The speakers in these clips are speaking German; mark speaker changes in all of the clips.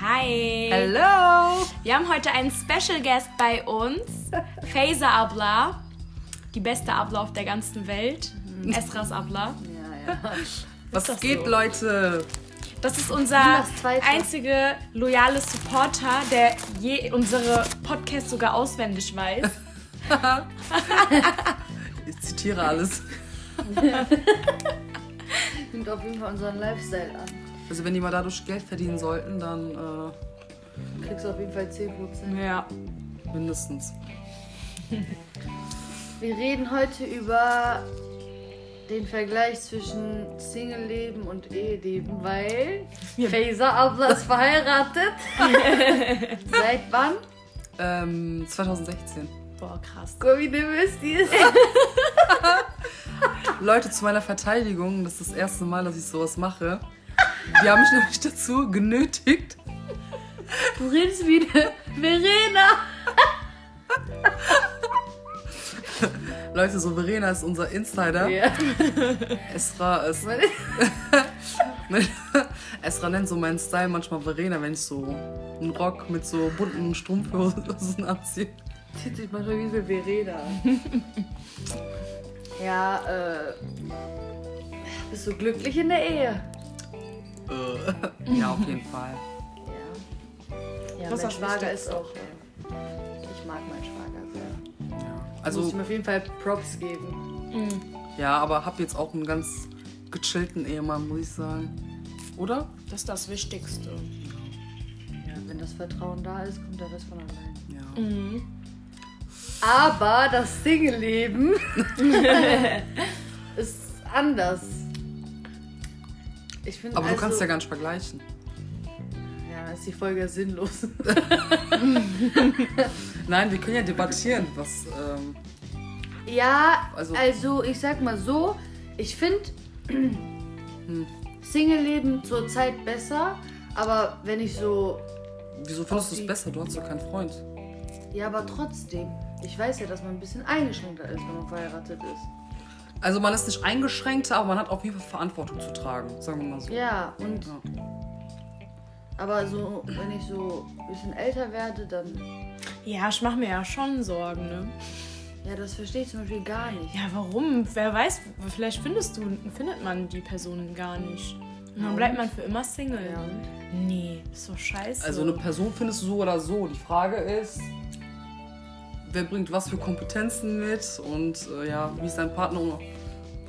Speaker 1: Hi.
Speaker 2: Hello!
Speaker 1: Wir haben heute einen Special Guest bei uns. Faser Abla. Die beste Abla auf der ganzen Welt. Esras Abla.
Speaker 2: Was
Speaker 1: das
Speaker 2: geht,
Speaker 1: so?
Speaker 2: Leute?
Speaker 1: Das ist unser
Speaker 3: das Zweite.
Speaker 1: einziger loyale Supporter, der je unsere Podcasts sogar auswendig weiß.
Speaker 2: Ich zitiere alles.
Speaker 3: Nimmt auf jeden Fall unseren Lifestyle an.
Speaker 2: Also, wenn die mal dadurch Geld verdienen sollten, dann
Speaker 3: Du kriegst auf jeden Fall 10%.
Speaker 1: Ja.
Speaker 2: äh, mindestens.
Speaker 3: Wir reden heute über den Vergleich zwischen Single-Leben und Eheleben, weil Faser Abla ist verheiratet. Seit wann?
Speaker 2: Ähm, 2016.
Speaker 1: Boah, krass.
Speaker 3: Gummi, du wisst ihr es.
Speaker 2: Leute, zu meiner Verteidigung, das ist das erste Mal, dass ich sowas mache. Die haben mich nämlich dazu genötigt.
Speaker 3: Du redest wieder. Verena!
Speaker 2: Leute, so Verena ist unser Insider.
Speaker 3: Ja.
Speaker 2: Esra ist. Esra nennt so meinen Style manchmal Verena, wenn ich so einen Rock mit so bunten Strumpfhosen anziehe.
Speaker 3: Zieht sich manchmal wie so Verena an. Ja, äh. Bist du glücklich in der Ehe?
Speaker 2: Äh, ja, auf jeden Fall.
Speaker 3: Ja. Ja, mein
Speaker 1: Was hast du
Speaker 3: Schwager
Speaker 1: denn?
Speaker 3: ist auch. äh, Ich mag meinen Schwager sehr.
Speaker 2: Ja.
Speaker 3: Also, Muss
Speaker 2: Also,
Speaker 3: ich ihm auf jeden Fall Props geben.
Speaker 2: ja, aber hab jetzt auch einen ganz gechillten Ehemann, muss ich sagen. Oder?
Speaker 1: Das ist das Wichtigste.
Speaker 3: Ja, wenn das Vertrauen da ist, kommt der Rest von allein.
Speaker 2: Ja.
Speaker 3: Mhm, Aber das Single-Leben ist anders. Ich finde
Speaker 2: Aber
Speaker 3: also,
Speaker 2: du kannst ja gar nicht vergleichen.
Speaker 3: Ja, ist die Folge sinnlos.
Speaker 2: Nein, wir können ja debattieren, was. Ähm,
Speaker 3: Ja,
Speaker 2: Also-
Speaker 3: also, ich sag mal so, ich finde
Speaker 2: Hm.
Speaker 3: Single-Leben zurzeit besser, aber wenn ich so.
Speaker 2: wieso findest du
Speaker 3: die-
Speaker 2: es besser? Du hast doch keinen Freund.
Speaker 3: Ja, aber trotzdem. Ich weiß ja, dass man ein bisschen eingeschränkter ist, wenn man verheiratet ist.
Speaker 2: Also, man ist nicht eingeschränkt, aber man hat auf jeden Fall Verantwortung zu tragen, sagen wir mal so.
Speaker 3: Ja, und.
Speaker 2: Ja.
Speaker 3: Aber so, wenn ich so ein bisschen älter werde, dann.
Speaker 1: Ja, ich mache mir ja schon Sorgen, ne?
Speaker 3: Ja, das verstehe ich zum Beispiel gar nicht.
Speaker 1: Ja, warum? Wer weiß, vielleicht findest du, findet man die Person gar nicht. Und dann bleibt man für immer Single.
Speaker 3: Ja, und?
Speaker 1: Nee, ist doch scheiße.
Speaker 2: Also eine Person findest du so oder so. Die Frage ist, wer bringt was für Kompetenzen mit und äh, ja, wie ist dein Partner,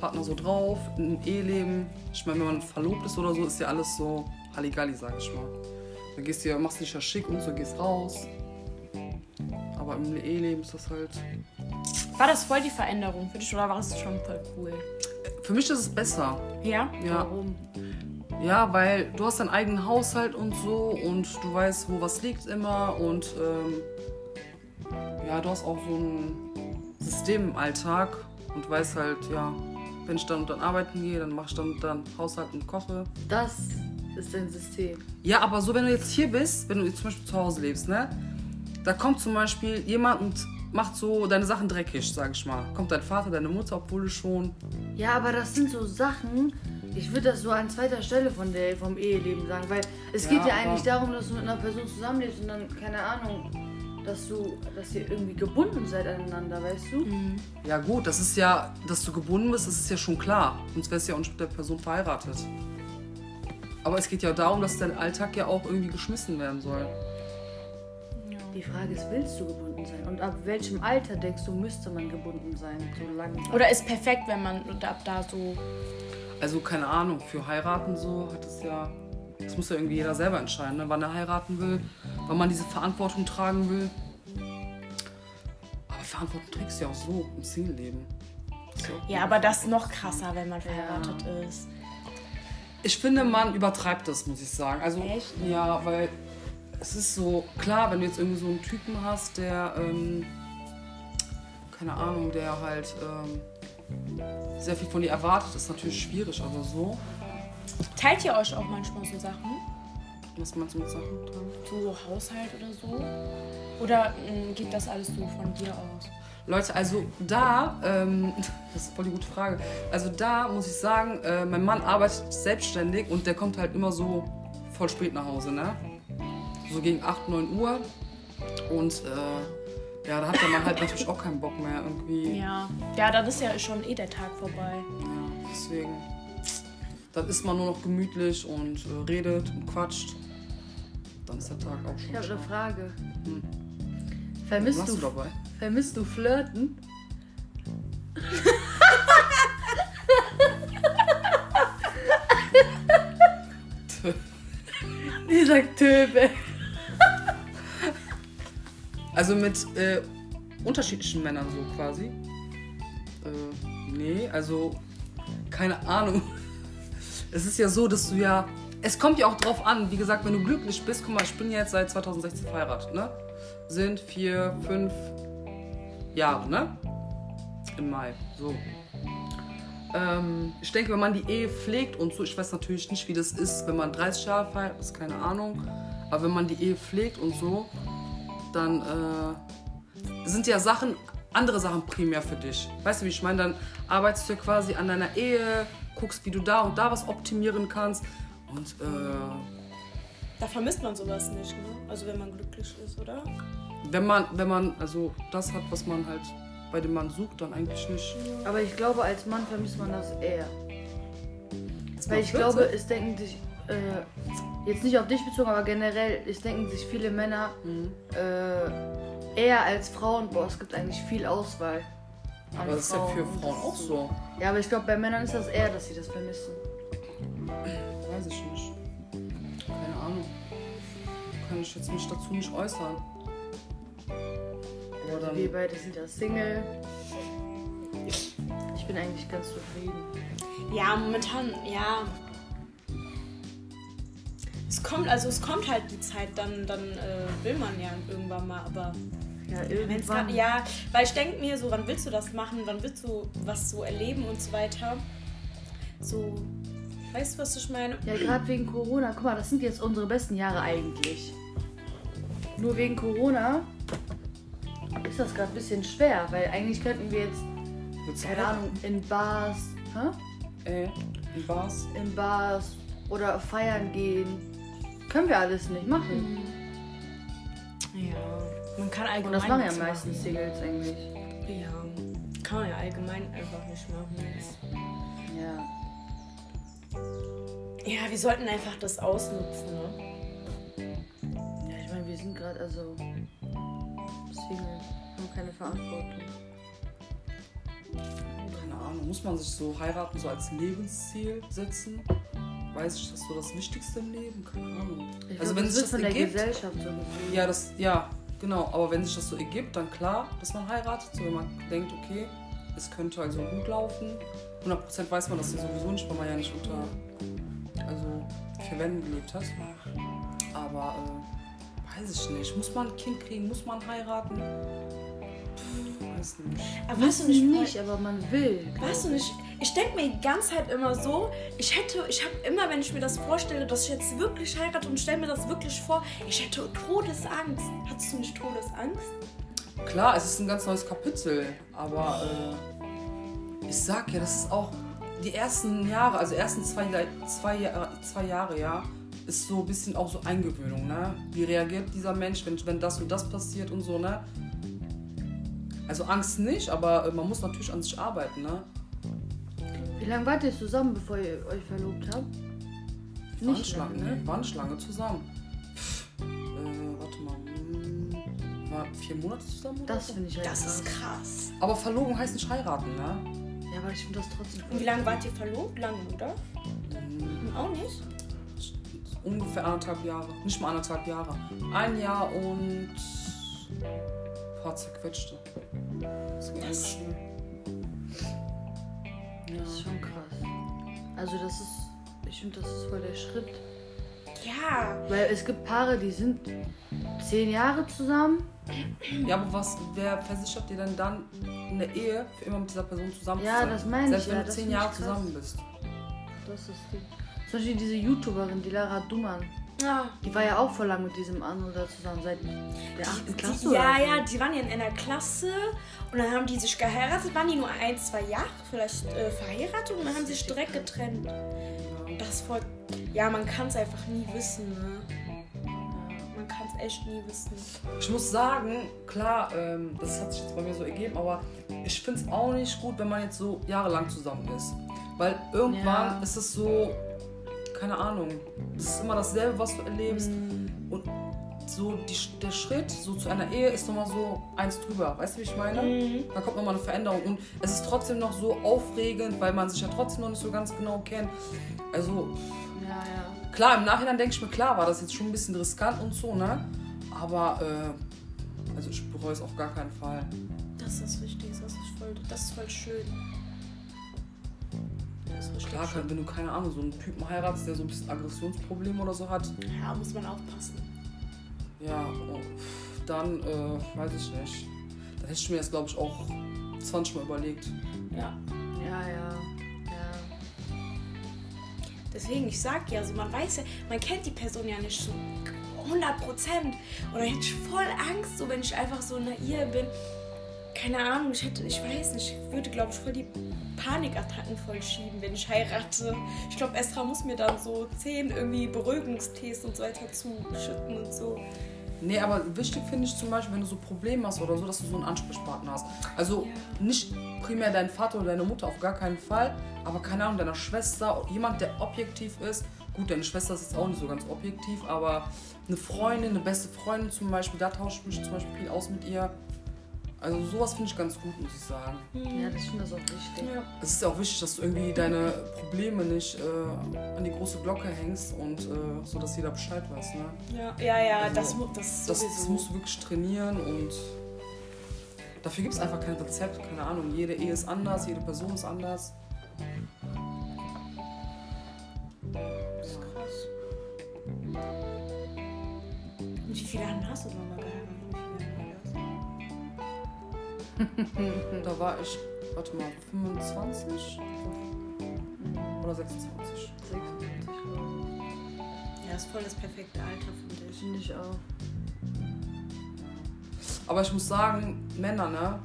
Speaker 2: Partner so drauf im Eheleben? Ich meine, wenn man verlobt ist oder so, ist ja alles so Halligalli, sag ich mal. Dann gehst du ja, machst dich ja schick und so, gehst raus. Aber im Eheleben ist das halt.
Speaker 1: War das voll die Veränderung für dich oder war es schon voll cool?
Speaker 2: Für mich ist es besser.
Speaker 1: Ja?
Speaker 2: Ja.
Speaker 3: Warum?
Speaker 2: Ja, weil du hast deinen eigenen Haushalt und so und du weißt, wo was liegt immer und ähm, ja, du hast auch so ein System im Alltag und weißt halt, ja, wenn ich dann und dann arbeiten gehe, dann mache ich dann und dann Haushalt und koche.
Speaker 3: Das ist ein System.
Speaker 2: Ja, aber so, wenn du jetzt hier bist, wenn du jetzt zum Beispiel zu Hause lebst, ne? Da kommt zum Beispiel jemand und macht so deine Sachen dreckig, sag ich mal. Kommt dein Vater, deine Mutter, obwohl du schon
Speaker 3: Ja, aber das sind so Sachen, ich würde das so an zweiter Stelle von der, vom Eheleben sagen, weil es
Speaker 2: Ja,
Speaker 3: geht ja
Speaker 2: aber-
Speaker 3: eigentlich darum, dass du mit einer Person zusammenlebst und dann, keine Ahnung, dass du, dass ihr irgendwie gebunden seid aneinander, weißt
Speaker 2: Mhm.
Speaker 3: du?
Speaker 2: Ja gut, das ist ja, dass du gebunden bist, das ist ja schon klar. Sonst wärst du ja auch nicht mit der Person verheiratet. Aber es geht ja darum, dass dein Alltag ja auch irgendwie geschmissen werden soll.
Speaker 3: Die Frage ist, willst du gebunden sein? Und ab welchem Alter denkst du, müsste man gebunden sein, so lange?
Speaker 1: Oder ist perfekt, wenn man ab da so.
Speaker 2: Also keine Ahnung, für heiraten so hat es ja, das muss ja irgendwie jeder selber entscheiden, ne? wann er heiraten will, wann man diese Verantwortung tragen will. Aber Verantwortung trägst du ja auch so im Single-Leben. Ist ja auch
Speaker 1: Ja,
Speaker 2: gut.
Speaker 1: aber das ist noch krasser, wenn man verheiratet ist.
Speaker 2: Ich finde, man übertreibt das, muss ich sagen. Also,
Speaker 1: Echt?
Speaker 2: Ja, weil es ist so, klar, wenn du jetzt irgendwie so einen Typen hast, der, ähm, keine Ahnung, der halt ähm, sehr viel von dir erwartet, ist natürlich schwierig, aber so,
Speaker 1: Teilt ihr euch auch manchmal so Sachen?
Speaker 2: was meinst du mit Sachen dran?
Speaker 1: So Haushalt oder so? Oder mh, geht das alles so von dir aus?
Speaker 2: Leute, also da, ähm, das ist voll die gute Frage. Also da muss ich sagen, äh, mein Mann arbeitet selbstständig und der kommt halt immer so voll spät nach Hause, ne? so gegen 8, 9 Uhr. Und äh, ja, da hat der Mann halt natürlich auch keinen Bock mehr irgendwie.
Speaker 4: Ja. Ja, dann ist ja schon eh der Tag vorbei.
Speaker 2: Ja, deswegen. Dann ist man nur noch gemütlich und äh, redet und quatscht. Dann ist der Tag auch
Speaker 3: Ich
Speaker 2: schon.
Speaker 3: habe eine
Speaker 2: schnell.
Speaker 3: Frage.
Speaker 2: Hm.
Speaker 3: Vermisst
Speaker 2: Was
Speaker 3: du,
Speaker 2: hast du dabei?
Speaker 3: vermisst du Flirten? Die sagt Töbe.
Speaker 2: Also mit äh, unterschiedlichen Männern so quasi. Äh, nee, also keine Ahnung. Es ist ja so, dass du ja. Es kommt ja auch drauf an, wie gesagt, wenn du glücklich bist. Guck mal, ich bin ja jetzt seit 2016 verheiratet, ne? Sind vier, fünf Jahre, ne? Im Mai, so. Ähm, ich denke, wenn man die Ehe pflegt und so, ich weiß natürlich nicht, wie das ist, wenn man 30 Jahre verheiratet ist, keine Ahnung. Aber wenn man die Ehe pflegt und so, dann äh, sind ja Sachen, andere Sachen primär für dich. Weißt du, wie ich meine? Dann arbeitest du quasi an deiner Ehe, guckst, wie du da und da was optimieren kannst. Und äh,
Speaker 1: Da vermisst man sowas nicht, ne? Also wenn man glücklich ist, oder?
Speaker 2: wenn man, wenn man also das hat, was man halt bei dem Mann sucht, dann eigentlich nicht.
Speaker 3: Aber ich glaube, als Mann vermisst man das eher.
Speaker 2: Ist
Speaker 3: Weil
Speaker 2: man
Speaker 3: ich
Speaker 2: 40?
Speaker 3: glaube, es denken sich, äh, jetzt nicht auf dich bezogen, aber generell, es denken sich viele Männer
Speaker 2: Mhm.
Speaker 3: äh, eher als Frauen, boah, es gibt eigentlich viel Auswahl. an
Speaker 2: Aber das ist ja für
Speaker 3: und
Speaker 2: Frauen
Speaker 3: das
Speaker 2: auch
Speaker 3: ist
Speaker 2: so.
Speaker 3: Ja, aber ich glaube, bei Männern ist das eher, dass sie das vermissen.
Speaker 2: Weiß ich nicht. Keine Ahnung. Kann ich jetzt mich dazu nicht äußern. Aber dann,
Speaker 3: Wir beide sind ja Single. Ich bin eigentlich ganz zufrieden.
Speaker 1: Ja, momentan, ja. Es kommt, also es kommt halt die Zeit, dann, dann äh, will man ja irgendwann mal, aber
Speaker 3: Ja,
Speaker 1: wenn's
Speaker 3: irgendwann.
Speaker 1: grad, ja, weil ich denke mir so, wann willst du das machen, wann willst du was so erleben und so weiter. So, weißt du, was ich meine?
Speaker 3: Ja, gerade wegen Corona. Guck mal, das sind jetzt unsere besten Jahre eigentlich. Nur wegen Corona ist das gerade ein bisschen schwer, weil eigentlich könnten wir jetzt,
Speaker 2: willst du
Speaker 3: keine Ahnung, in Bars, hä?
Speaker 2: halt, Ey, in Bars.
Speaker 3: in Bars oder feiern gehen. Können wir alles nicht machen.
Speaker 1: Ja.
Speaker 4: Man kann allgemein.
Speaker 3: Und das machen ja
Speaker 4: nichts
Speaker 3: meistens Singles eigentlich.
Speaker 1: Ja. Kann man ja allgemein einfach nicht machen.
Speaker 3: Ja.
Speaker 1: Ja, wir sollten einfach das ausnutzen, ne?
Speaker 3: Ja, ich meine, wir sind gerade also Single, haben keine Verantwortung.
Speaker 2: Keine Ahnung, muss man sich so heiraten, so als Lebensziel setzen? Weiß ich, das ist so das Wichtigste im Leben? Keine Ahnung.
Speaker 3: Ich
Speaker 2: also
Speaker 3: glaub,
Speaker 2: wenn
Speaker 3: das wird
Speaker 2: sich das
Speaker 3: von der
Speaker 2: ergibt,
Speaker 3: Gesellschaft so gesehen.
Speaker 2: ja, das, ja, genau. Aber wenn sich das so ergibt, dann klar, dass man heiratet. So, wenn man denkt, okay, es könnte also gut laufen. 100% weiß man das ja sowieso nicht, weil man ja nicht unter, also, vier Wänden gelebt hat. Aber, äh, weiß ich nicht. Muss man ein Kind kriegen? Muss man heiraten? Pff, weiß nicht.
Speaker 1: Aber weißt du nicht,
Speaker 3: nicht, aber man will.
Speaker 1: Weißt du nicht, ich denke mir die ganze Zeit immer so, ich hätte, ich habe immer, wenn ich mir das vorstelle, dass ich jetzt wirklich heirate und stelle mir das wirklich vor, ich hätte Todesangst. Hattest du nicht Todesangst?
Speaker 2: Klar, es ist ein ganz neues Kapitel, aber äh, ich sag ja, das ist auch die ersten Jahre, also ersten zwei, Le- zwei, Jahre- zwei Jahre, ja, ist so ein bisschen auch so Eingewöhnung, ne? Wie reagiert dieser Mensch, wenn, wenn das und das passiert und so, ne? Also Angst nicht, aber äh, man muss natürlich an sich arbeiten, ne?
Speaker 3: Wie lange wart ihr zusammen, bevor ihr euch verlobt habt?
Speaker 2: Wandschlange,
Speaker 3: lange,
Speaker 2: ne? Wandschlange zusammen. Pff, äh, warte mal, hm, war vier Monate zusammen? oder
Speaker 3: Das
Speaker 2: so?
Speaker 3: finde ich halt
Speaker 1: Das
Speaker 3: krass.
Speaker 1: ist krass.
Speaker 2: Aber Verlobung heißt nicht heiraten, ne?
Speaker 3: Ja, aber ich finde das trotzdem
Speaker 1: Und wie lange wart ihr verlobt? Lange, oder?
Speaker 2: Mhm.
Speaker 1: Auch nicht?
Speaker 2: ungefähr anderthalb Jahre, nicht mal anderthalb Jahre. Ein Jahr und ein paar zerquetschte. Das ging
Speaker 1: Das-
Speaker 2: eigentlich schnell.
Speaker 3: Das ist schon krass. Also das ist, ich finde, das ist voll der Schritt.
Speaker 1: Ja.
Speaker 3: Weil es gibt Paare, die sind zehn Jahre zusammen.
Speaker 2: Ja, aber was, wer versichert dir denn dann in der Ehe für immer mit dieser Person zusammen
Speaker 3: Ja,
Speaker 2: zu sein?
Speaker 3: das meine
Speaker 2: Selbst
Speaker 3: ich,
Speaker 2: wenn
Speaker 3: ja,
Speaker 2: du
Speaker 3: das
Speaker 2: zehn
Speaker 3: finde ich
Speaker 2: Jahre
Speaker 3: krass.
Speaker 2: zusammen bist.
Speaker 3: Das ist die. Zum Beispiel diese YouTuberin, die Lara Dumann.
Speaker 1: Ja.
Speaker 3: Die war ja auch voll lang mit diesem anderen da zusammen, seit der 8. Klasse.
Speaker 1: Die, ja,
Speaker 3: oder so.
Speaker 1: ja, die waren ja in einer Klasse und dann haben die sich geheiratet, waren die nur ein, zwei Jahre vielleicht äh, verheiratet und dann haben sie sich direkt getrennt. Das ist voll. Ja, man kann es einfach nie wissen, ne? Man man kann es echt nie wissen.
Speaker 2: Ich muss sagen, klar, ähm, das hat sich jetzt bei mir so ergeben, aber ich finde es auch nicht gut, wenn man jetzt so jahrelang zusammen ist. Weil irgendwann
Speaker 3: Ja.
Speaker 2: ist es so, keine Ahnung, es ist immer dasselbe, was du erlebst. Und so die, der Schritt so zu einer Ehe ist nochmal so eins drüber. Weißt du, wie ich meine?
Speaker 1: Mhm.
Speaker 2: Da kommt nochmal eine Veränderung. Und es ist trotzdem noch so aufregend, weil man sich ja trotzdem noch nicht so ganz genau kennt. Also
Speaker 3: Ja, ja.
Speaker 2: Klar, im Nachhinein denke ich mir, klar, war das jetzt schon ein bisschen riskant und so, ne? Aber, äh, also ich bereue es auf gar keinen Fall.
Speaker 1: Das ist richtig, das ist voll, das ist voll schön. Das ist richtig
Speaker 2: Klar,
Speaker 1: schön.
Speaker 2: wenn du, keine Ahnung, so einen Typen heiratest, der so ein bisschen Aggressionsprobleme oder so hat,
Speaker 1: Ja, muss man aufpassen.
Speaker 2: ja, oh, dann, äh, weiß ich nicht. Dann hätte ich mir das, glaube ich, auch 20 Mal überlegt.
Speaker 1: Ja.
Speaker 3: Ja, ja. Ja.
Speaker 1: Deswegen, ich sag ja, also man weiß ja, man kennt die Person ja nicht so 100 Prozent. Und dann hätte ich voll Angst, so wenn ich einfach so naiv bin. Keine Ahnung, ich hätte, ich weiß nicht, ich würde, glaube ich, voll die Panikattacken voll schieben, wenn ich heirate. Ich glaube, Esra muss mir dann so 10 irgendwie Beruhigungstees und so weiter zuschütten und so.
Speaker 2: Nee, aber wichtig finde ich zum Beispiel, wenn du so Probleme hast oder so, dass du so einen Ansprechpartner hast. Also
Speaker 1: Ja.
Speaker 2: nicht primär deinen Vater oder deine Mutter, auf gar keinen Fall, aber keine Ahnung, deiner Schwester, jemand, der objektiv ist. Gut, deine Schwester ist jetzt auch nicht so ganz objektiv, aber eine Freundin, eine beste Freundin zum Beispiel, da tausche ich mich zum Beispiel viel aus mit ihr. Also sowas finde ich ganz gut, muss ich sagen.
Speaker 3: Ja, das stimmt, das ist auch wichtig.
Speaker 1: Ja.
Speaker 2: Es ist auch wichtig, dass du irgendwie deine Probleme nicht äh, an die große Glocke hängst und äh, so, dass jeder Bescheid weiß. Ne?
Speaker 1: Ja, ja, ja
Speaker 2: Also,
Speaker 1: das, mu- das,
Speaker 2: Das, das
Speaker 1: sowieso.
Speaker 2: musst du wirklich trainieren und dafür gibt es einfach kein Rezept, keine Ahnung. Jede Ehe ist anders, jede Person ist anders.
Speaker 1: Das ist krass. Und wie viele anderen hast du nochmal geheiratet? Wie viele waren das?
Speaker 2: Da war ich, warte mal, 25 oder 26.
Speaker 3: 56, glaube
Speaker 1: Ja, das ist voll das perfekte Alter für
Speaker 3: ich.
Speaker 1: dich.
Speaker 3: Finde ich auch.
Speaker 2: Aber ich muss sagen, Männer, ne?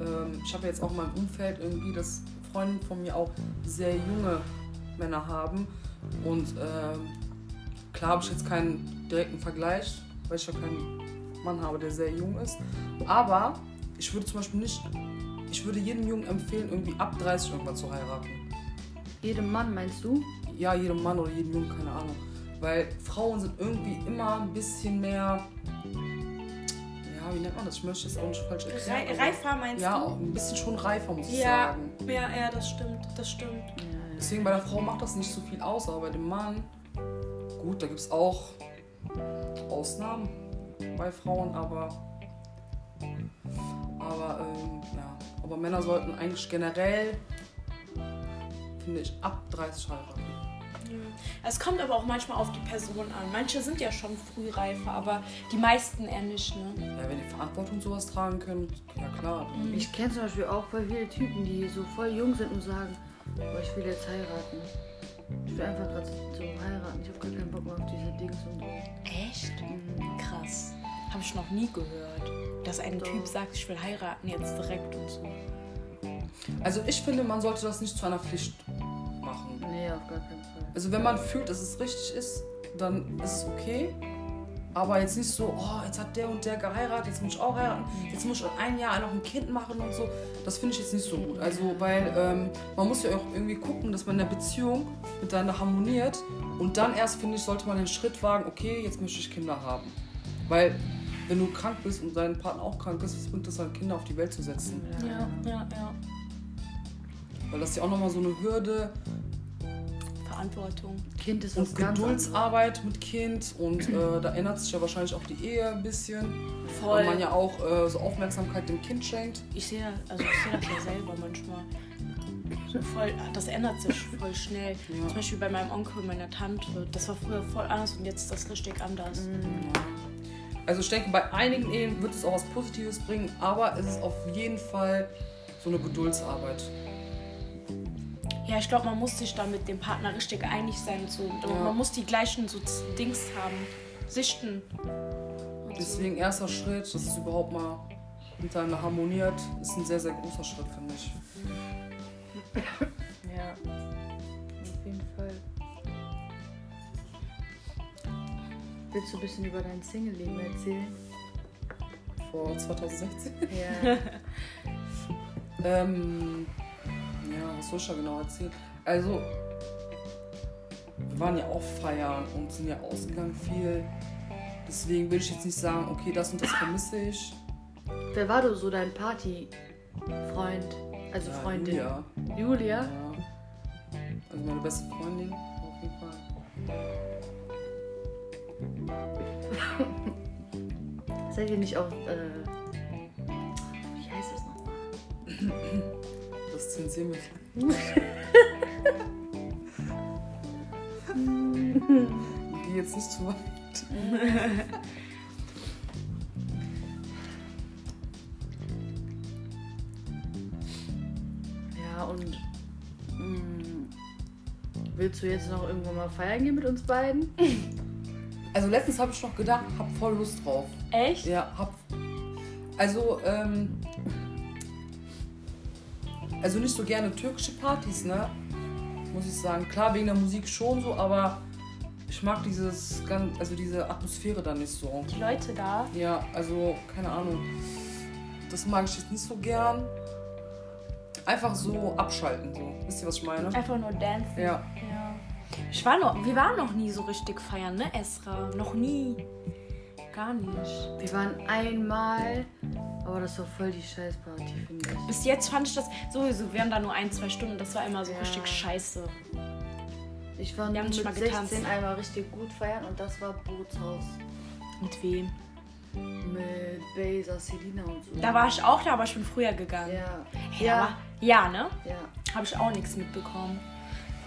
Speaker 2: Ähm, ich habe jetzt auch in meinem Umfeld irgendwie, dass Freunde von mir auch sehr junge Männer haben. Und ähm, klar habe ich jetzt keinen direkten Vergleich, weil ich ja keinen Mann habe, der sehr jung ist. Aber ich würde zum Beispiel nicht, ich würde jedem Jungen empfehlen, irgendwie ab 30 irgendwann zu heiraten
Speaker 3: Jedem Mann, meinst du?
Speaker 2: ja, jedem Mann oder jedem Jungen, keine Ahnung. Weil Frauen sind irgendwie immer ein bisschen mehr. Ja, wie nennt man das? Ich möchte es auch nicht falsch erklären.
Speaker 1: Rei
Speaker 2: aber-
Speaker 1: reifer meinst
Speaker 2: Ja,
Speaker 1: du?
Speaker 2: ein bisschen schon reifer, muss ich
Speaker 1: Ja,
Speaker 2: sagen.
Speaker 1: ja, ja, das stimmt, das stimmt.
Speaker 3: Ja, ja.
Speaker 2: Deswegen bei der Frau macht das nicht so viel aus, aber bei dem Mann, gut, da gibt es auch Ausnahmen bei Frauen, aber. Aber, ähm, ja. Aber Männer sollten eigentlich generell, finde ich, ab 30 heiraten.
Speaker 1: Es kommt aber auch manchmal auf die Person an. Manche sind ja schon frühreifer, aber die meisten eher nicht, ne?
Speaker 2: Ja, wenn ihr Verantwortung und sowas tragen könnt, ja klar.
Speaker 1: Mhm.
Speaker 3: Ich kenne zum Beispiel auch voll viele Typen, die so voll jung sind und sagen, boah, ich will jetzt heiraten. Ich will einfach gerade so heiraten. Ich habe gar keinen Bock mehr auf diese Dings und so.
Speaker 1: Echt?
Speaker 3: Mhm.
Speaker 1: Krass. Habe ich noch nie gehört, dass ein
Speaker 3: Doch.
Speaker 1: Typ sagt, ich will heiraten jetzt direkt und so.
Speaker 2: Also ich finde, man sollte das nicht zu einer Pflicht machen.
Speaker 3: Nee, auf gar keinen Fall.
Speaker 2: Also wenn man fühlt, dass es richtig ist, dann ist es okay. Aber jetzt nicht so, oh, jetzt hat der und der geheiratet, jetzt muss ich auch heiraten, jetzt muss ich in einem Jahr noch ein Kind machen und so. Das finde ich jetzt nicht so gut. Also weil ähm, man muss ja auch irgendwie gucken, dass man in der Beziehung miteinander harmoniert. Und dann erst, finde ich, sollte man den Schritt wagen, okay, jetzt möchte ich Kinder haben. Weil wenn du krank bist und dein Partner auch krank ist, was bringt es dann, Kinder auf die Welt zu setzen?
Speaker 1: Ja, ja, ja.
Speaker 2: Weil das ist ja auch nochmal so eine Hürde
Speaker 1: Verantwortung.
Speaker 3: Kind ist was
Speaker 2: und
Speaker 3: ganz anderes.
Speaker 2: Geduldsarbeit mit Kind und äh, da ändert sich ja wahrscheinlich auch die Ehe ein bisschen, weil man ja auch äh, so Aufmerksamkeit dem Kind schenkt.
Speaker 1: Ich sehe also ich seh das ja selber manchmal. So voll, das ändert sich voll schnell.
Speaker 2: Ja.
Speaker 1: Zum Beispiel bei meinem Onkel und meiner Tante. Das war früher voll anders und jetzt ist das richtig anders.
Speaker 2: Also ich denke, bei einigen Ehen wird es auch was Positives bringen, aber es ist auf jeden Fall so eine Geduldsarbeit.
Speaker 1: Ja, ich glaube, man muss sich da mit dem Partner richtig einig sein. So. Und
Speaker 2: Ja.
Speaker 1: Man muss die gleichen so Z- Dings haben. Sichten.
Speaker 2: Deswegen erster Schritt, dass es überhaupt mal miteinander harmoniert, ist ein sehr, sehr großer Schritt, finde ich.
Speaker 3: Ja. Auf jeden Fall. Willst du ein bisschen über dein Single-Leben erzählen?
Speaker 2: vor 2016.
Speaker 3: Ja.
Speaker 2: Ähm, ja, was soll ich da genau erzählen? Also, wir waren ja auch feiern und sind ja ausgegangen viel. Deswegen will ich jetzt nicht sagen, okay, das und das vermisse ich.
Speaker 3: Wer war du so dein Party-Freund? Also
Speaker 2: Ja,
Speaker 3: Freundin?
Speaker 2: Julia. Ja.
Speaker 3: Julia?
Speaker 2: Also meine beste Freundin, auf jeden Fall.
Speaker 3: Seid ihr nicht auf. Äh, wie heißt es nochmal?
Speaker 2: Das zensieren wir. Geh jetzt nicht zu weit.
Speaker 3: Ja, und. mm, willst du jetzt noch irgendwann mal feiern gehen mit uns beiden?
Speaker 2: Also letztens habe ich noch gedacht, hab voll Lust drauf.
Speaker 4: Echt?
Speaker 2: Ja, hab. Also, ähm. Also nicht so gerne türkische Partys, ne? Muss ich sagen. Klar, wegen der Musik schon so, aber ich mag dieses ganz, also diese Atmosphäre da nicht so.
Speaker 4: Die Leute da.
Speaker 2: Ja, also, keine Ahnung. Das mag ich jetzt nicht so gern. Einfach so abschalten, so. Wisst ihr, was ich meine?
Speaker 4: Einfach nur dancen.
Speaker 2: Ja.
Speaker 4: Ja. Ich war noch, wir waren noch nie so richtig feiern, ne, Esra? Noch nie. Gar nicht.
Speaker 3: Wir waren einmal, aber das war voll die Scheißparty, finde ich.
Speaker 4: Bis jetzt fand ich das sowieso, wir haben da nur ein, zwei Stunden, das war immer so
Speaker 3: Ja.
Speaker 4: richtig scheiße.
Speaker 3: Ich war
Speaker 4: Wir haben
Speaker 3: mit
Speaker 4: schon mal
Speaker 3: 16
Speaker 4: getanzt.
Speaker 3: einmal richtig gut feiern und das war Bootshaus
Speaker 4: Mit wem?
Speaker 3: mit Besa, Selina und so.
Speaker 4: Da war ich auch da, aber schon früher gegangen.
Speaker 3: ja.
Speaker 4: Ja. Ja, ne?
Speaker 3: ja. ja.
Speaker 4: Habe ich auch nichts mitbekommen.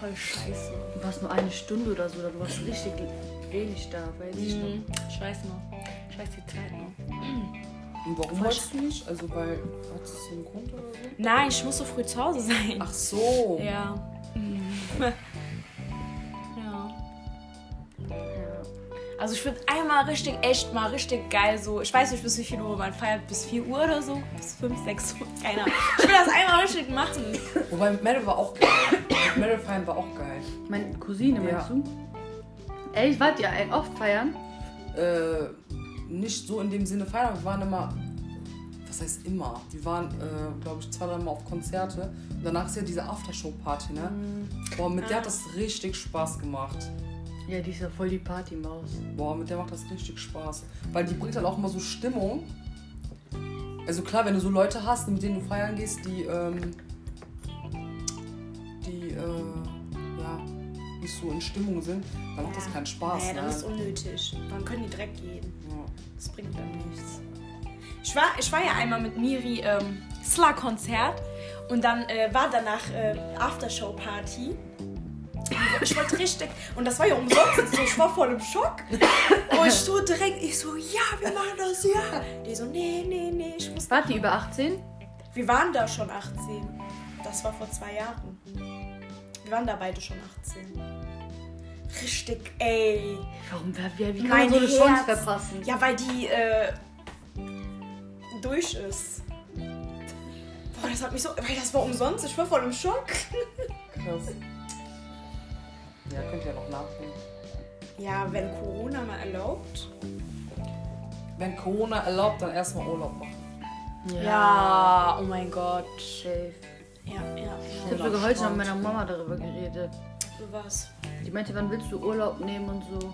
Speaker 4: Voll scheiße.
Speaker 3: Du warst nur eine Stunde oder so, da du warst richtig wenig da, weiß ich
Speaker 4: Mhm. Ich weiß noch. Ich weiß die Zeit noch.
Speaker 2: Und warum wolltest du nicht? Also, weil. Hat es so einen Grund oder so?
Speaker 4: Nein, ich muss so früh zu Hause sein.
Speaker 2: Ach so.
Speaker 4: Ja. ja.
Speaker 3: noch. Ja.
Speaker 4: Also ich würde einmal richtig, echt mal richtig geil so. Ich weiß nicht, bis wie viel Uhr man feiert, bis 4 Uhr oder so. Bis 5, 6 Uhr. Keine Ahnung. Ich will das einmal richtig machen.
Speaker 2: Wobei Metal war auch geil. Metal feiern war auch geil.
Speaker 3: Meine Cousine, meinst
Speaker 2: Ja.
Speaker 3: du? Ey, wart ihr ein- oft feiern?
Speaker 2: Äh, nicht so in dem Sinne feiern, aber wir waren immer. Was heißt immer? Wir waren, äh, glaube ich, zwei, dreimal auf Konzerte. Und danach ist ja diese Aftershow-Party, ne?
Speaker 1: Mhm.
Speaker 2: Boah, mit
Speaker 1: Ah.
Speaker 2: der hat das richtig Spaß gemacht.
Speaker 3: Ja, die ist ja voll die Partymaus.
Speaker 2: Boah, mit der macht das richtig Spaß. Weil die bringt halt auch immer so Stimmung. Also klar, wenn du so Leute hast, mit denen du feiern gehst, die, ähm, die, äh, ja, nicht so in Stimmung sind, dann macht das keinen Spaß.
Speaker 1: Naja,
Speaker 2: ne?
Speaker 1: dann ist es unnötig. Dann können die direkt gehen.
Speaker 2: Ja.
Speaker 1: Das bringt dann nichts.
Speaker 4: Ich war, ich war ja einmal mit Miri ähm, Sla-Konzert und dann äh, war danach äh, Aftershow-Party.
Speaker 1: Ich wollte richtig. Und das war ja umsonst. und So, ich war voll im Schock. Und ich so direkt, ich so, ja, wir machen das, ja. Die so, nee, nee, nee, ich muss.
Speaker 3: Wart ihr über 18?
Speaker 1: Wir waren da schon 18. Das war vor zwei Jahren. Wir waren da beide schon 18. Richtig, ey.
Speaker 3: Warum, wer, wer, wie kann
Speaker 1: Mein
Speaker 3: man so eine Chance
Speaker 1: Herz.
Speaker 3: verpassen?
Speaker 1: Ja, weil die äh, durch ist. Boah, das hat mich so. Weil das war umsonst. Ich war voll im Schock.
Speaker 2: Krass. Ja, könnt ihr noch nachholen.
Speaker 1: Ja, wenn Corona mal erlaubt.
Speaker 2: Wenn Corona erlaubt, dann erstmal Urlaub machen.
Speaker 4: Ja, oh mein Gott.
Speaker 3: Safe.
Speaker 1: Ja, ja,
Speaker 3: Ich
Speaker 1: ja.
Speaker 3: habe sogar heute noch mit meiner Mama darüber geredet.
Speaker 1: So was.
Speaker 3: Die meinte, wann willst du Urlaub nehmen und so.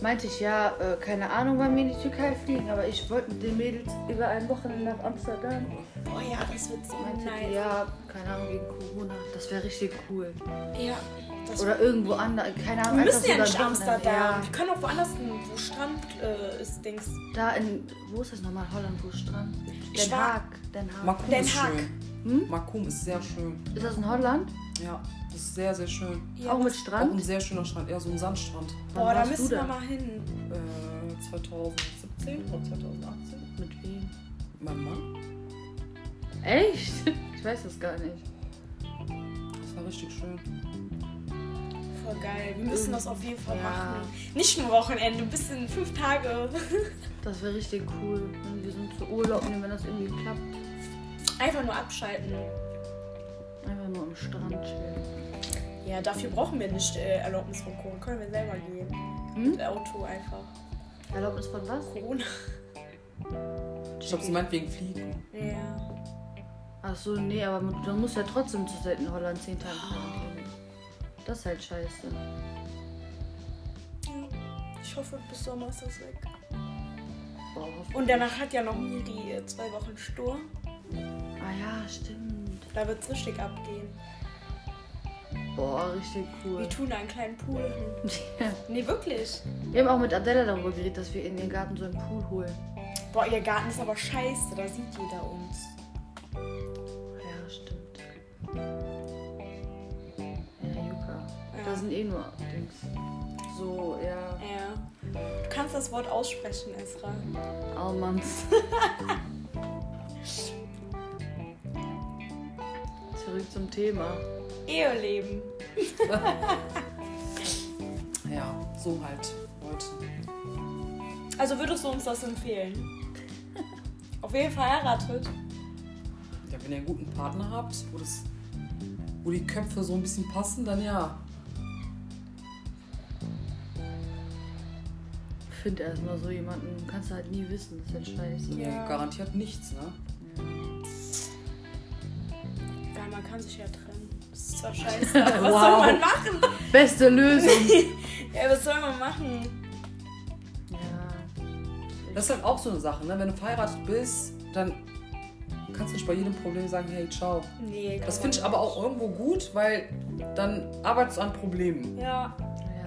Speaker 3: Meinte ich, ja, äh, keine Ahnung, wann wir in die Türkei fliegen, aber ich wollte mit den Mädels über ein Wochenende nach Amsterdam.
Speaker 1: Boah, Oh ja, das wird so
Speaker 3: Meinte die,
Speaker 1: nice.
Speaker 3: ja, keine Ahnung, wegen Corona. Das wäre richtig cool.
Speaker 1: Ja, das
Speaker 3: Oder irgendwo anders, keine Ahnung. einfach
Speaker 1: Wir müssen
Speaker 3: so
Speaker 1: ja
Speaker 3: über
Speaker 1: nicht
Speaker 3: ein Wochenende.
Speaker 1: Amsterdam.
Speaker 3: Ja.
Speaker 1: Wir können auch woanders, hin, wo Strand äh, ist, Dings.
Speaker 3: Da in, wo ist das nochmal? Holland, wo ist Strand?
Speaker 1: Ich
Speaker 3: Den
Speaker 1: war-
Speaker 3: Haag. Den Haag.
Speaker 2: Makum
Speaker 1: Den
Speaker 2: ist
Speaker 1: Haag.
Speaker 2: schön.
Speaker 3: Hm?
Speaker 2: Makum ist sehr schön.
Speaker 3: Ist das in Holland?
Speaker 2: Ja, das ist sehr, sehr schön.
Speaker 1: Ja,
Speaker 3: Auch mit
Speaker 2: Auch ein
Speaker 3: Strand?
Speaker 2: sehr schöner Strand, eher so ein Sandstrand.
Speaker 3: Wann
Speaker 1: Boah, da
Speaker 3: warst du
Speaker 1: müssen wir
Speaker 3: da?
Speaker 1: mal hin.
Speaker 2: Äh, 2017 oder 2018?
Speaker 3: Mit wem?
Speaker 2: Mein Mann.
Speaker 3: Echt? Ich weiß das gar nicht.
Speaker 2: Das war richtig schön.
Speaker 1: Voll geil. Wir müssen das auf jeden Fall
Speaker 3: Ja.
Speaker 1: machen. Nicht nur Wochenende, ein bisschen fünf Tage.
Speaker 3: Das wäre richtig cool, wenn wir so zu Urlaub nehmen, wenn das irgendwie klappt.
Speaker 1: Einfach nur abschalten.
Speaker 3: Einfach nur am Strand chillen.
Speaker 1: Ja, dafür brauchen wir nicht äh, Erlaubnis von Corona. Können wir selber gehen. Mit Auto einfach.
Speaker 3: Erlaubnis von was?
Speaker 1: Corona.
Speaker 2: Ich glaube, sie meint wegen Fliegen.
Speaker 1: Ja.
Speaker 3: Ach so, nee, aber man- man muss ja trotzdem zur Zeit in Holland 10 Tage Quarantäne. Das ist halt scheiße.
Speaker 1: Ich hoffe, bis Sommer ist das weg.
Speaker 3: Boah, hoff-
Speaker 1: Und danach hat ja noch Miri äh, zwei Wochen Sturm.
Speaker 3: ah ja, stimmt.
Speaker 1: Da wird es richtig abgehen.
Speaker 3: Boah, richtig cool.
Speaker 1: Wir tun da einen kleinen Pool.
Speaker 3: Ja.
Speaker 1: Nee, wirklich.
Speaker 3: Wir haben auch mit Adela darüber geredet, dass wir in den Garten so einen Pool holen.
Speaker 1: Boah, ihr Garten ist aber scheiße. Da sieht jeder uns.
Speaker 3: Ah Ja, stimmt. Ja, Juka. Da sind eh nur Dings. So, ja.
Speaker 1: Ja. Du kannst das Wort aussprechen, Esra.
Speaker 3: Oh, Almans. Zurück zum Thema.
Speaker 1: Eheleben.
Speaker 2: Ja, so halt, Leute.
Speaker 1: Also würdest du uns das empfehlen? Auf jeden Fall heiratet.
Speaker 2: Ja, wenn ihr einen guten Partner habt, wo, das, wo die Köpfe so ein bisschen passen, dann ja.
Speaker 3: Find erstmal so jemanden, kannst du halt nie wissen, das ist halt scheiße.
Speaker 1: Ja.
Speaker 2: Garantiert nichts, ne?
Speaker 1: Ja, man kann sich ja trennen. Das ist zwar scheiße, aber was soll
Speaker 3: Wow.
Speaker 1: man machen?
Speaker 3: Beste Lösung!
Speaker 1: Ja, was soll man machen?
Speaker 3: ja.
Speaker 2: Das ist halt auch so eine Sache, ne? Wenn du verheiratet bist, dann kannst du nicht bei jedem Problem sagen, hey, ciao.
Speaker 1: Nee, kann
Speaker 2: Das
Speaker 1: man
Speaker 2: finde ich
Speaker 1: nicht.
Speaker 2: aber auch irgendwo gut, weil dann arbeitest du an Problemen.
Speaker 1: Ja, ja,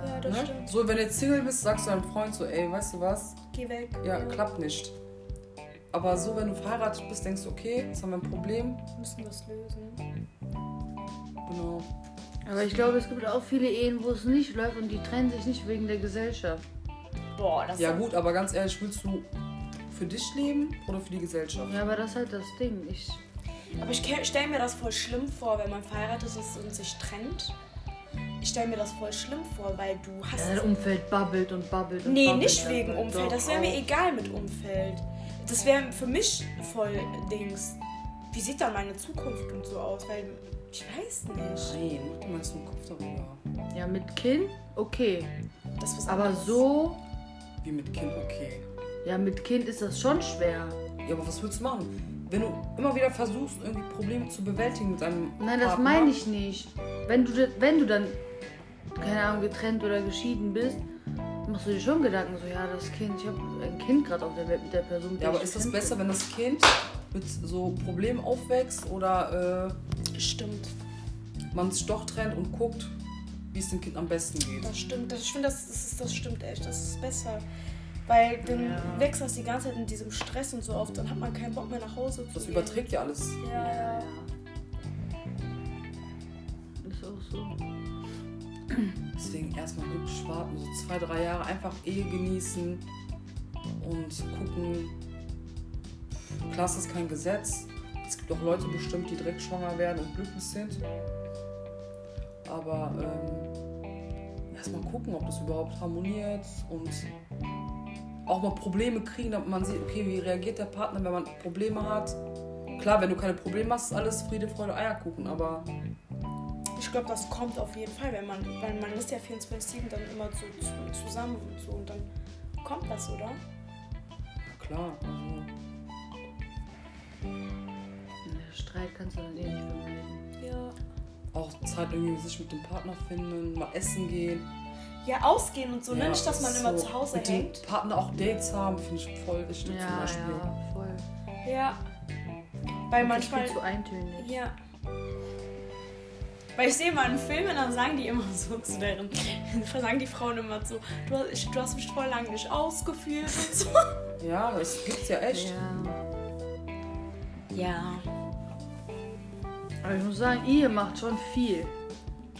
Speaker 3: ja.
Speaker 1: das
Speaker 2: Ne?
Speaker 1: stimmt.
Speaker 2: So, wenn du jetzt Single bist, sagst du deinem Freund so, ey, weißt du was?
Speaker 1: Geh weg.
Speaker 2: Ja, klappt nicht. Aber so, wenn du verheiratet bist, denkst du, okay, jetzt haben wir ein Problem.
Speaker 1: Wir müssen das lösen.
Speaker 2: Genau.
Speaker 3: Aber ich glaube, es gibt auch viele Ehen, wo es nicht läuft und die trennen sich nicht wegen der Gesellschaft.
Speaker 1: Boah, das
Speaker 2: Ja gut, aber ganz ehrlich, willst du für dich leben oder für die Gesellschaft?
Speaker 3: Ja, aber das ist halt das Ding. Ich,
Speaker 1: Aber ich stelle mir das voll schlimm vor, wenn man verheiratet ist und sich trennt. Ich stelle mir das voll schlimm vor, weil du hast.
Speaker 3: ja, dein halt Umfeld babbelt und babbelt und
Speaker 1: Nee,
Speaker 3: babbelt. halt
Speaker 1: nicht wegen
Speaker 3: Doch,
Speaker 1: Umfeld. Das wäre mir
Speaker 3: auch.
Speaker 1: egal mit Umfeld. Das wäre für mich voll Dings. Wie sieht dann meine Zukunft und so aus? Weil ich weiß nicht.
Speaker 2: Nein, mach dir mal so einen Kopf darüber.
Speaker 3: Ja, mit Kind, okay.
Speaker 1: Das ist was
Speaker 3: Aber
Speaker 1: anderes.
Speaker 3: so,
Speaker 2: Wie mit Kind, okay.
Speaker 3: ja, mit Kind ist das schon schwer.
Speaker 2: Ja, aber was willst du machen? Wenn du immer wieder versuchst, irgendwie Probleme zu bewältigen mit deinem
Speaker 3: Nein, das
Speaker 2: Partner,
Speaker 3: meine ich nicht. Wenn du, wenn du dann, keine Ahnung, getrennt oder geschieden bist, machst du dir schon Gedanken, so, ja, das Kind, ich habe ein Kind gerade auf der Welt mit der Person. mit
Speaker 2: Ja,
Speaker 3: der
Speaker 2: aber
Speaker 3: ich
Speaker 2: ist das
Speaker 3: getrennt
Speaker 2: besser,
Speaker 3: bin.
Speaker 2: wenn das Kind mit so Problemen aufwächst oder äh,
Speaker 1: Stimmt.
Speaker 2: man sich doch trennt und guckt, wie es dem Kind am besten geht?
Speaker 1: Das stimmt. Das, ich finde, das, das, ist- das stimmt echt. Das ist besser. Weil dann
Speaker 3: Ja.
Speaker 1: wächst das die ganze Zeit in diesem Stress und so auf. Dann hat man keinen Bock mehr nach Hause zu
Speaker 2: Das
Speaker 1: gehen.
Speaker 2: überträgt ja alles.
Speaker 1: Ja, ja.
Speaker 3: Ist auch so.
Speaker 2: Deswegen erstmal wirklich warten, so zwei, drei Jahre einfach Ehe genießen und gucken. Klar ist das kein Gesetz. Es gibt auch Leute bestimmt, die direkt schwanger werden und glücklich sind. Aber ähm, erstmal gucken, ob das überhaupt harmoniert und auch mal Probleme kriegen, damit man sieht, okay, wie reagiert der Partner, wenn man Probleme hat. Klar, wenn du keine Probleme hast, ist alles Friede, Freude, Eierkuchen, aber
Speaker 1: Ich glaube, das kommt auf jeden Fall, wenn man, weil man ist ja 24-7 dann immer so zu, zusammen und so und dann kommt das, oder?
Speaker 2: klar, also
Speaker 3: Ja, Streit kannst du dann eh nicht vermeiden.
Speaker 1: Ja.
Speaker 2: auch Zeit irgendwie sich mit dem Partner finden, mal essen gehen.
Speaker 1: Ja, ausgehen und so, ne?
Speaker 2: Ja,
Speaker 1: Nicht, dass man immer
Speaker 2: so.
Speaker 1: zu Hause
Speaker 2: mit dem
Speaker 1: hängt.
Speaker 2: Partner auch Dates haben, finde ich voll wichtig zum
Speaker 3: Ja,
Speaker 2: Beispiel.
Speaker 3: ja, voll.
Speaker 1: Ja. Weil
Speaker 3: Das ist viel
Speaker 1: manchmal.
Speaker 3: zu eintönig.
Speaker 1: Ja. Weil ich sehe mal einen Film und dann sagen die immer so zu deren. Dann sagen die Frauen immer so, du hast, ich, du hast mich voll lang nicht ausgeführt und so.
Speaker 2: Ja, das gibt's ja echt.
Speaker 3: Ja.
Speaker 1: Ja.
Speaker 3: Aber ich muss sagen, ihr macht schon viel.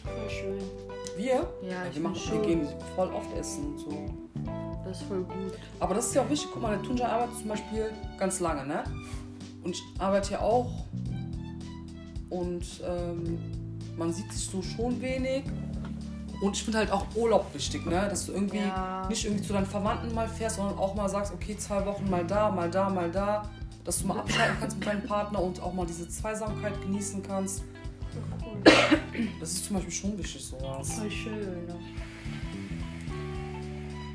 Speaker 1: Voll schön.
Speaker 2: Wir?
Speaker 3: Ja, ich
Speaker 2: wir, machen,
Speaker 3: find
Speaker 2: wir
Speaker 3: schon.
Speaker 2: gehen voll oft essen und so.
Speaker 3: Das ist voll gut.
Speaker 2: Aber das ist ja auch wichtig. Guck mal, der Tunja arbeitet zum Beispiel ganz lange, ne? Und ich arbeite ja auch. Und ähm, man sieht sich so schon wenig. Und ich finde halt auch Urlaub wichtig, ne? Dass du irgendwie
Speaker 3: Ja.
Speaker 2: nicht irgendwie zu deinen Verwandten mal fährst, sondern auch mal sagst, okay, zwei Wochen mal da, mal da, mal da. Dass du mal abschalten kannst mit deinem Partner und auch mal diese Zweisamkeit genießen kannst. Das ist zum Beispiel schon wichtig, sowas.
Speaker 3: Voll schön.
Speaker 1: so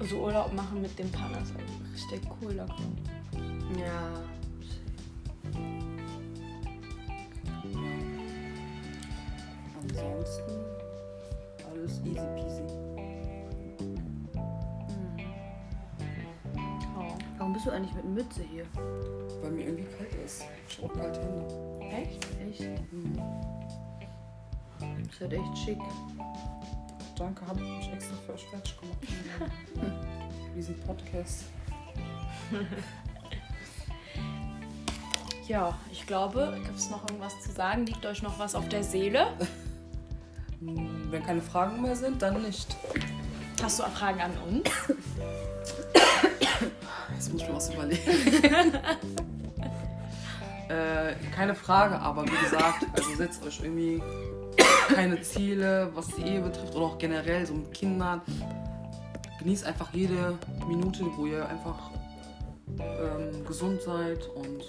Speaker 1: Also Urlaub machen mit dem Partner ist halt richtig cool. Lockdown.
Speaker 3: Ja.
Speaker 2: Ansonsten alles easy peasy.
Speaker 1: Oh.
Speaker 3: Warum bist du eigentlich mit Mütze hier?
Speaker 2: Weil mir irgendwie kalt ist. Ich hab auch kalte Hände.
Speaker 1: Echt? Mhm.
Speaker 3: Echt? Ist halt echt schick.
Speaker 2: Danke, habe ich mich extra für euch fertig gemacht. Für diesen Podcast.
Speaker 1: Ja, ich glaube, gibt es noch irgendwas zu sagen? Liegt euch noch was auf der Seele?
Speaker 2: Hm, Wenn keine Fragen mehr sind, dann nicht.
Speaker 1: Hast du auch Fragen an uns?
Speaker 2: Jetzt muss ich mir was überlegen. äh, keine Frage, aber wie gesagt, also setzt euch irgendwie keine Ziele, was die Ehe betrifft oder auch generell so mit Kindern. Genießt einfach jede Minute, wo ihr einfach ähm, gesund seid und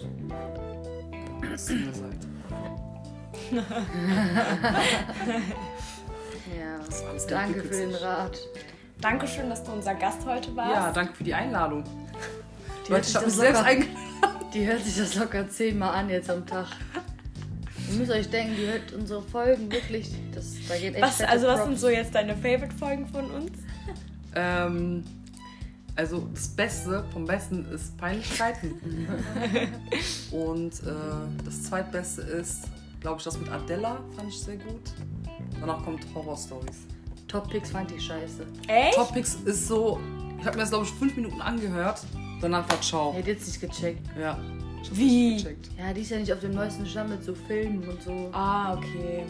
Speaker 2: Single seid.
Speaker 3: Ja.
Speaker 2: Das alles
Speaker 3: Danke
Speaker 2: entwickelt
Speaker 3: für den
Speaker 2: sich.
Speaker 3: Rat.
Speaker 1: Dankeschön, dass du unser Gast heute warst.
Speaker 2: Ja, danke für die Einladung.
Speaker 3: hört
Speaker 2: Leute,
Speaker 3: sich
Speaker 2: ich hab mich
Speaker 3: das
Speaker 2: selbst
Speaker 3: locker-
Speaker 2: eingeladen.
Speaker 3: Die hört sich das locker zehnmal an jetzt am Tag. Ihr müsst euch denken, die hört unsere Folgen wirklich. Das, da geht echt
Speaker 1: Was,
Speaker 3: fette
Speaker 1: also was
Speaker 3: Props.
Speaker 1: sind so jetzt deine Favorite-Folgen von uns?
Speaker 2: Ähm, also das Beste vom Besten ist Peinlichkeiten. Und äh, das Zweitbeste ist, glaube ich, das mit Adela fand ich sehr gut. Danach kommt Horror Stories.
Speaker 3: Top Picks fand ich scheiße.
Speaker 1: Echt?
Speaker 2: Topics ist so, ich habe mir das glaube ich fünf Minuten angehört. Danach war
Speaker 3: Die
Speaker 2: Ciao.
Speaker 3: hätte jetzt nicht gecheckt.
Speaker 2: Ja. Ich hab's
Speaker 1: Wie?
Speaker 2: nicht gecheckt.
Speaker 3: Ja, die ist ja nicht auf dem neuesten Stand mit so Filmen und so.
Speaker 1: Ah, okay.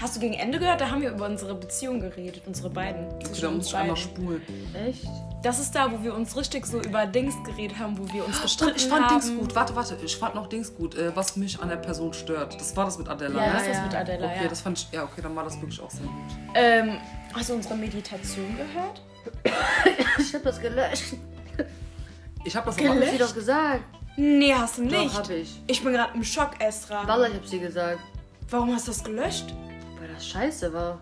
Speaker 1: Hast du gegen Ende gehört? Da haben wir über unsere Beziehung geredet, unsere beiden.
Speaker 2: Okay,
Speaker 1: Zwischen
Speaker 2: da muss
Speaker 1: uns
Speaker 2: ich einmal
Speaker 1: beiden.
Speaker 2: spulen.
Speaker 3: Echt?
Speaker 1: Das ist da, wo wir uns richtig so über Dings geredet haben, wo wir uns gestritten
Speaker 2: Ah, Ich fand
Speaker 1: haben.
Speaker 2: Dings gut. Warte, warte. Ich fand noch Dings gut, äh, was mich an der Person stört. Das war das mit Adela. ne?
Speaker 1: Ja,
Speaker 3: Ja,
Speaker 1: das
Speaker 3: ja.
Speaker 1: ist mit Adela,
Speaker 2: Okay,
Speaker 1: ja.
Speaker 2: das fand ich. Ja, okay, dann war das wirklich auch sehr gut.
Speaker 1: Ähm, hast du unsere Meditation gehört?
Speaker 3: Ich hab das gelöscht.
Speaker 2: Ich habe das
Speaker 3: Hab
Speaker 2: aber.
Speaker 3: ich dir doch gesagt.
Speaker 1: Nee, hast du nicht.
Speaker 3: Doch, hab ich.
Speaker 1: ich bin gerade im Schock, Esra.
Speaker 3: Wallah, ich hab's dir gesagt.
Speaker 1: Warum hast du das gelöscht?
Speaker 3: Weil das scheiße war.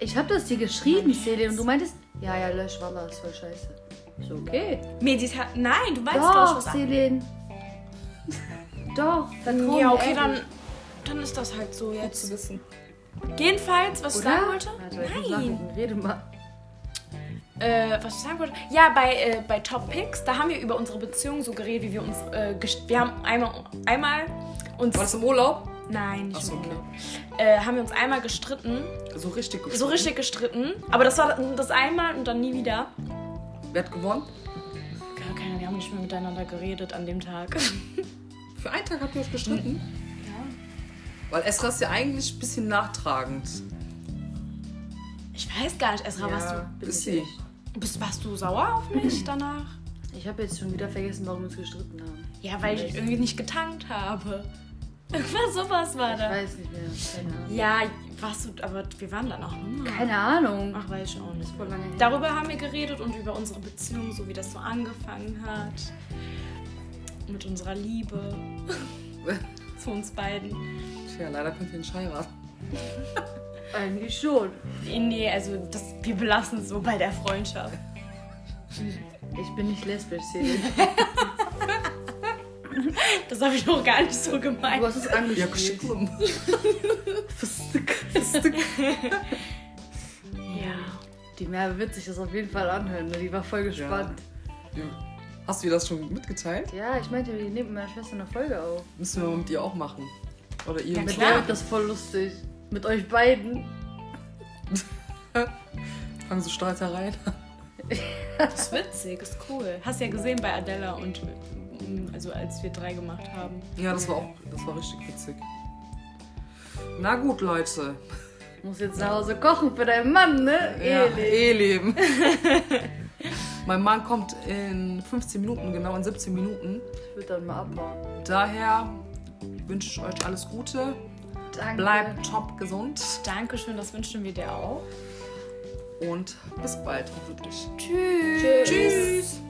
Speaker 3: Ich hab das dir geschrieben, Celine, und du meintest, ja, ja, lösch, Wallah, ist voll scheiße. Ist okay.
Speaker 1: Medita Nein, du meinst doch
Speaker 3: Doch,
Speaker 1: was
Speaker 3: Celine. Doch, vertrau
Speaker 1: an- Ja,
Speaker 3: mir
Speaker 1: okay,
Speaker 3: ehrlich.
Speaker 1: dann, dann ist das halt so jetzt.
Speaker 2: zu wissen.
Speaker 1: Jedenfalls, was ich
Speaker 3: Oder?
Speaker 1: sagen wollte?
Speaker 3: Warte, ich muss nachdenken. Rede mal.
Speaker 1: Äh, was ich sagen wollte? Ja, bei, äh, bei Top Picks, da haben wir über unsere Beziehung so geredet, wie wir uns. Äh, gest- wir haben einmal, einmal uns.
Speaker 2: War das im Urlaub?
Speaker 1: Nein,
Speaker 2: Ach
Speaker 1: nicht
Speaker 2: so,
Speaker 1: im
Speaker 2: okay.
Speaker 1: Urlaub. Äh, haben wir uns einmal gestritten.
Speaker 2: So richtig gut.
Speaker 1: So richtig gestritten. Aber das war das einmal und dann nie wieder.
Speaker 2: Wer hat gewonnen?
Speaker 1: Gar keine, wir haben nicht mehr miteinander geredet an dem Tag.
Speaker 2: Für einen Tag habt ihr euch gestritten? Ja. Weil Esra ist ja eigentlich ein bisschen nachtragend.
Speaker 1: Ich weiß gar nicht, Esra, warst,
Speaker 3: Ja,
Speaker 1: du,
Speaker 3: bin
Speaker 2: Ist
Speaker 3: ich
Speaker 2: sie.
Speaker 3: echt.
Speaker 1: bist, warst du sauer auf mich danach?
Speaker 3: Ich habe jetzt schon wieder vergessen, warum wir uns gestritten haben.
Speaker 1: Ja, weil ich irgendwie nicht getankt habe. Irgendwas sowas war
Speaker 3: Ich
Speaker 1: da.
Speaker 3: weiß nicht mehr. Keine Ahnung.
Speaker 1: Ja, warst du, aber wir waren dann auch nur.
Speaker 3: Keine Ahnung.
Speaker 1: Ach, weiß ich auch nicht.
Speaker 3: Voll lange her.
Speaker 1: Darüber haben wir geredet und über unsere Beziehung, so wie das so angefangen hat. Mit unserer Liebe zu uns beiden.
Speaker 2: Tja, leider könnt ihr nicht heiraten.
Speaker 3: Eigentlich schon.
Speaker 1: Nee, also das, wir belassen es so bei der Freundschaft.
Speaker 3: Ich bin nicht lesbisch, Celine.
Speaker 1: Das habe ich noch gar nicht so
Speaker 3: Du
Speaker 1: gemeint.
Speaker 3: hast es
Speaker 2: Ja,
Speaker 3: angespielt.
Speaker 2: geschickt.
Speaker 1: Ja.
Speaker 3: Die Merve wird sich das auf jeden Fall anhören. ne? Die war voll gespannt.
Speaker 2: Ja. Hast du ihr das schon mitgeteilt?
Speaker 3: Ja, ich meinte, wir nehmen mit meiner Schwester eine Folge auf.
Speaker 2: Müssen wir mal mit ihr auch machen. Oder ihr
Speaker 1: Ja,
Speaker 2: mit
Speaker 3: Mit
Speaker 1: Klar.
Speaker 3: der wird das voll lustig. Mit euch beiden.
Speaker 2: Fangen so stolz herein.
Speaker 1: Das ist witzig, ist cool. Hast ja gesehen bei Adela und mm, also als wir drei gemacht haben.
Speaker 2: Ja, das war auch, das war richtig witzig. Na gut, Leute.
Speaker 3: Muss jetzt nach Hause kochen für deinen Mann, ne?
Speaker 2: Ja,
Speaker 3: Ehrlich.
Speaker 2: Eheleben. mein Mann kommt in 15 Minuten, genau in 17 Minuten.
Speaker 3: Ich würde dann mal abbauen.
Speaker 2: Daher wünsche ich euch alles Gute.
Speaker 3: Danke.
Speaker 2: Bleibt top gesund
Speaker 1: Dankeschön, das wünschen wir dir auch.
Speaker 2: und bis bald hoffentlich.
Speaker 3: Tschüss.
Speaker 2: Tschüss.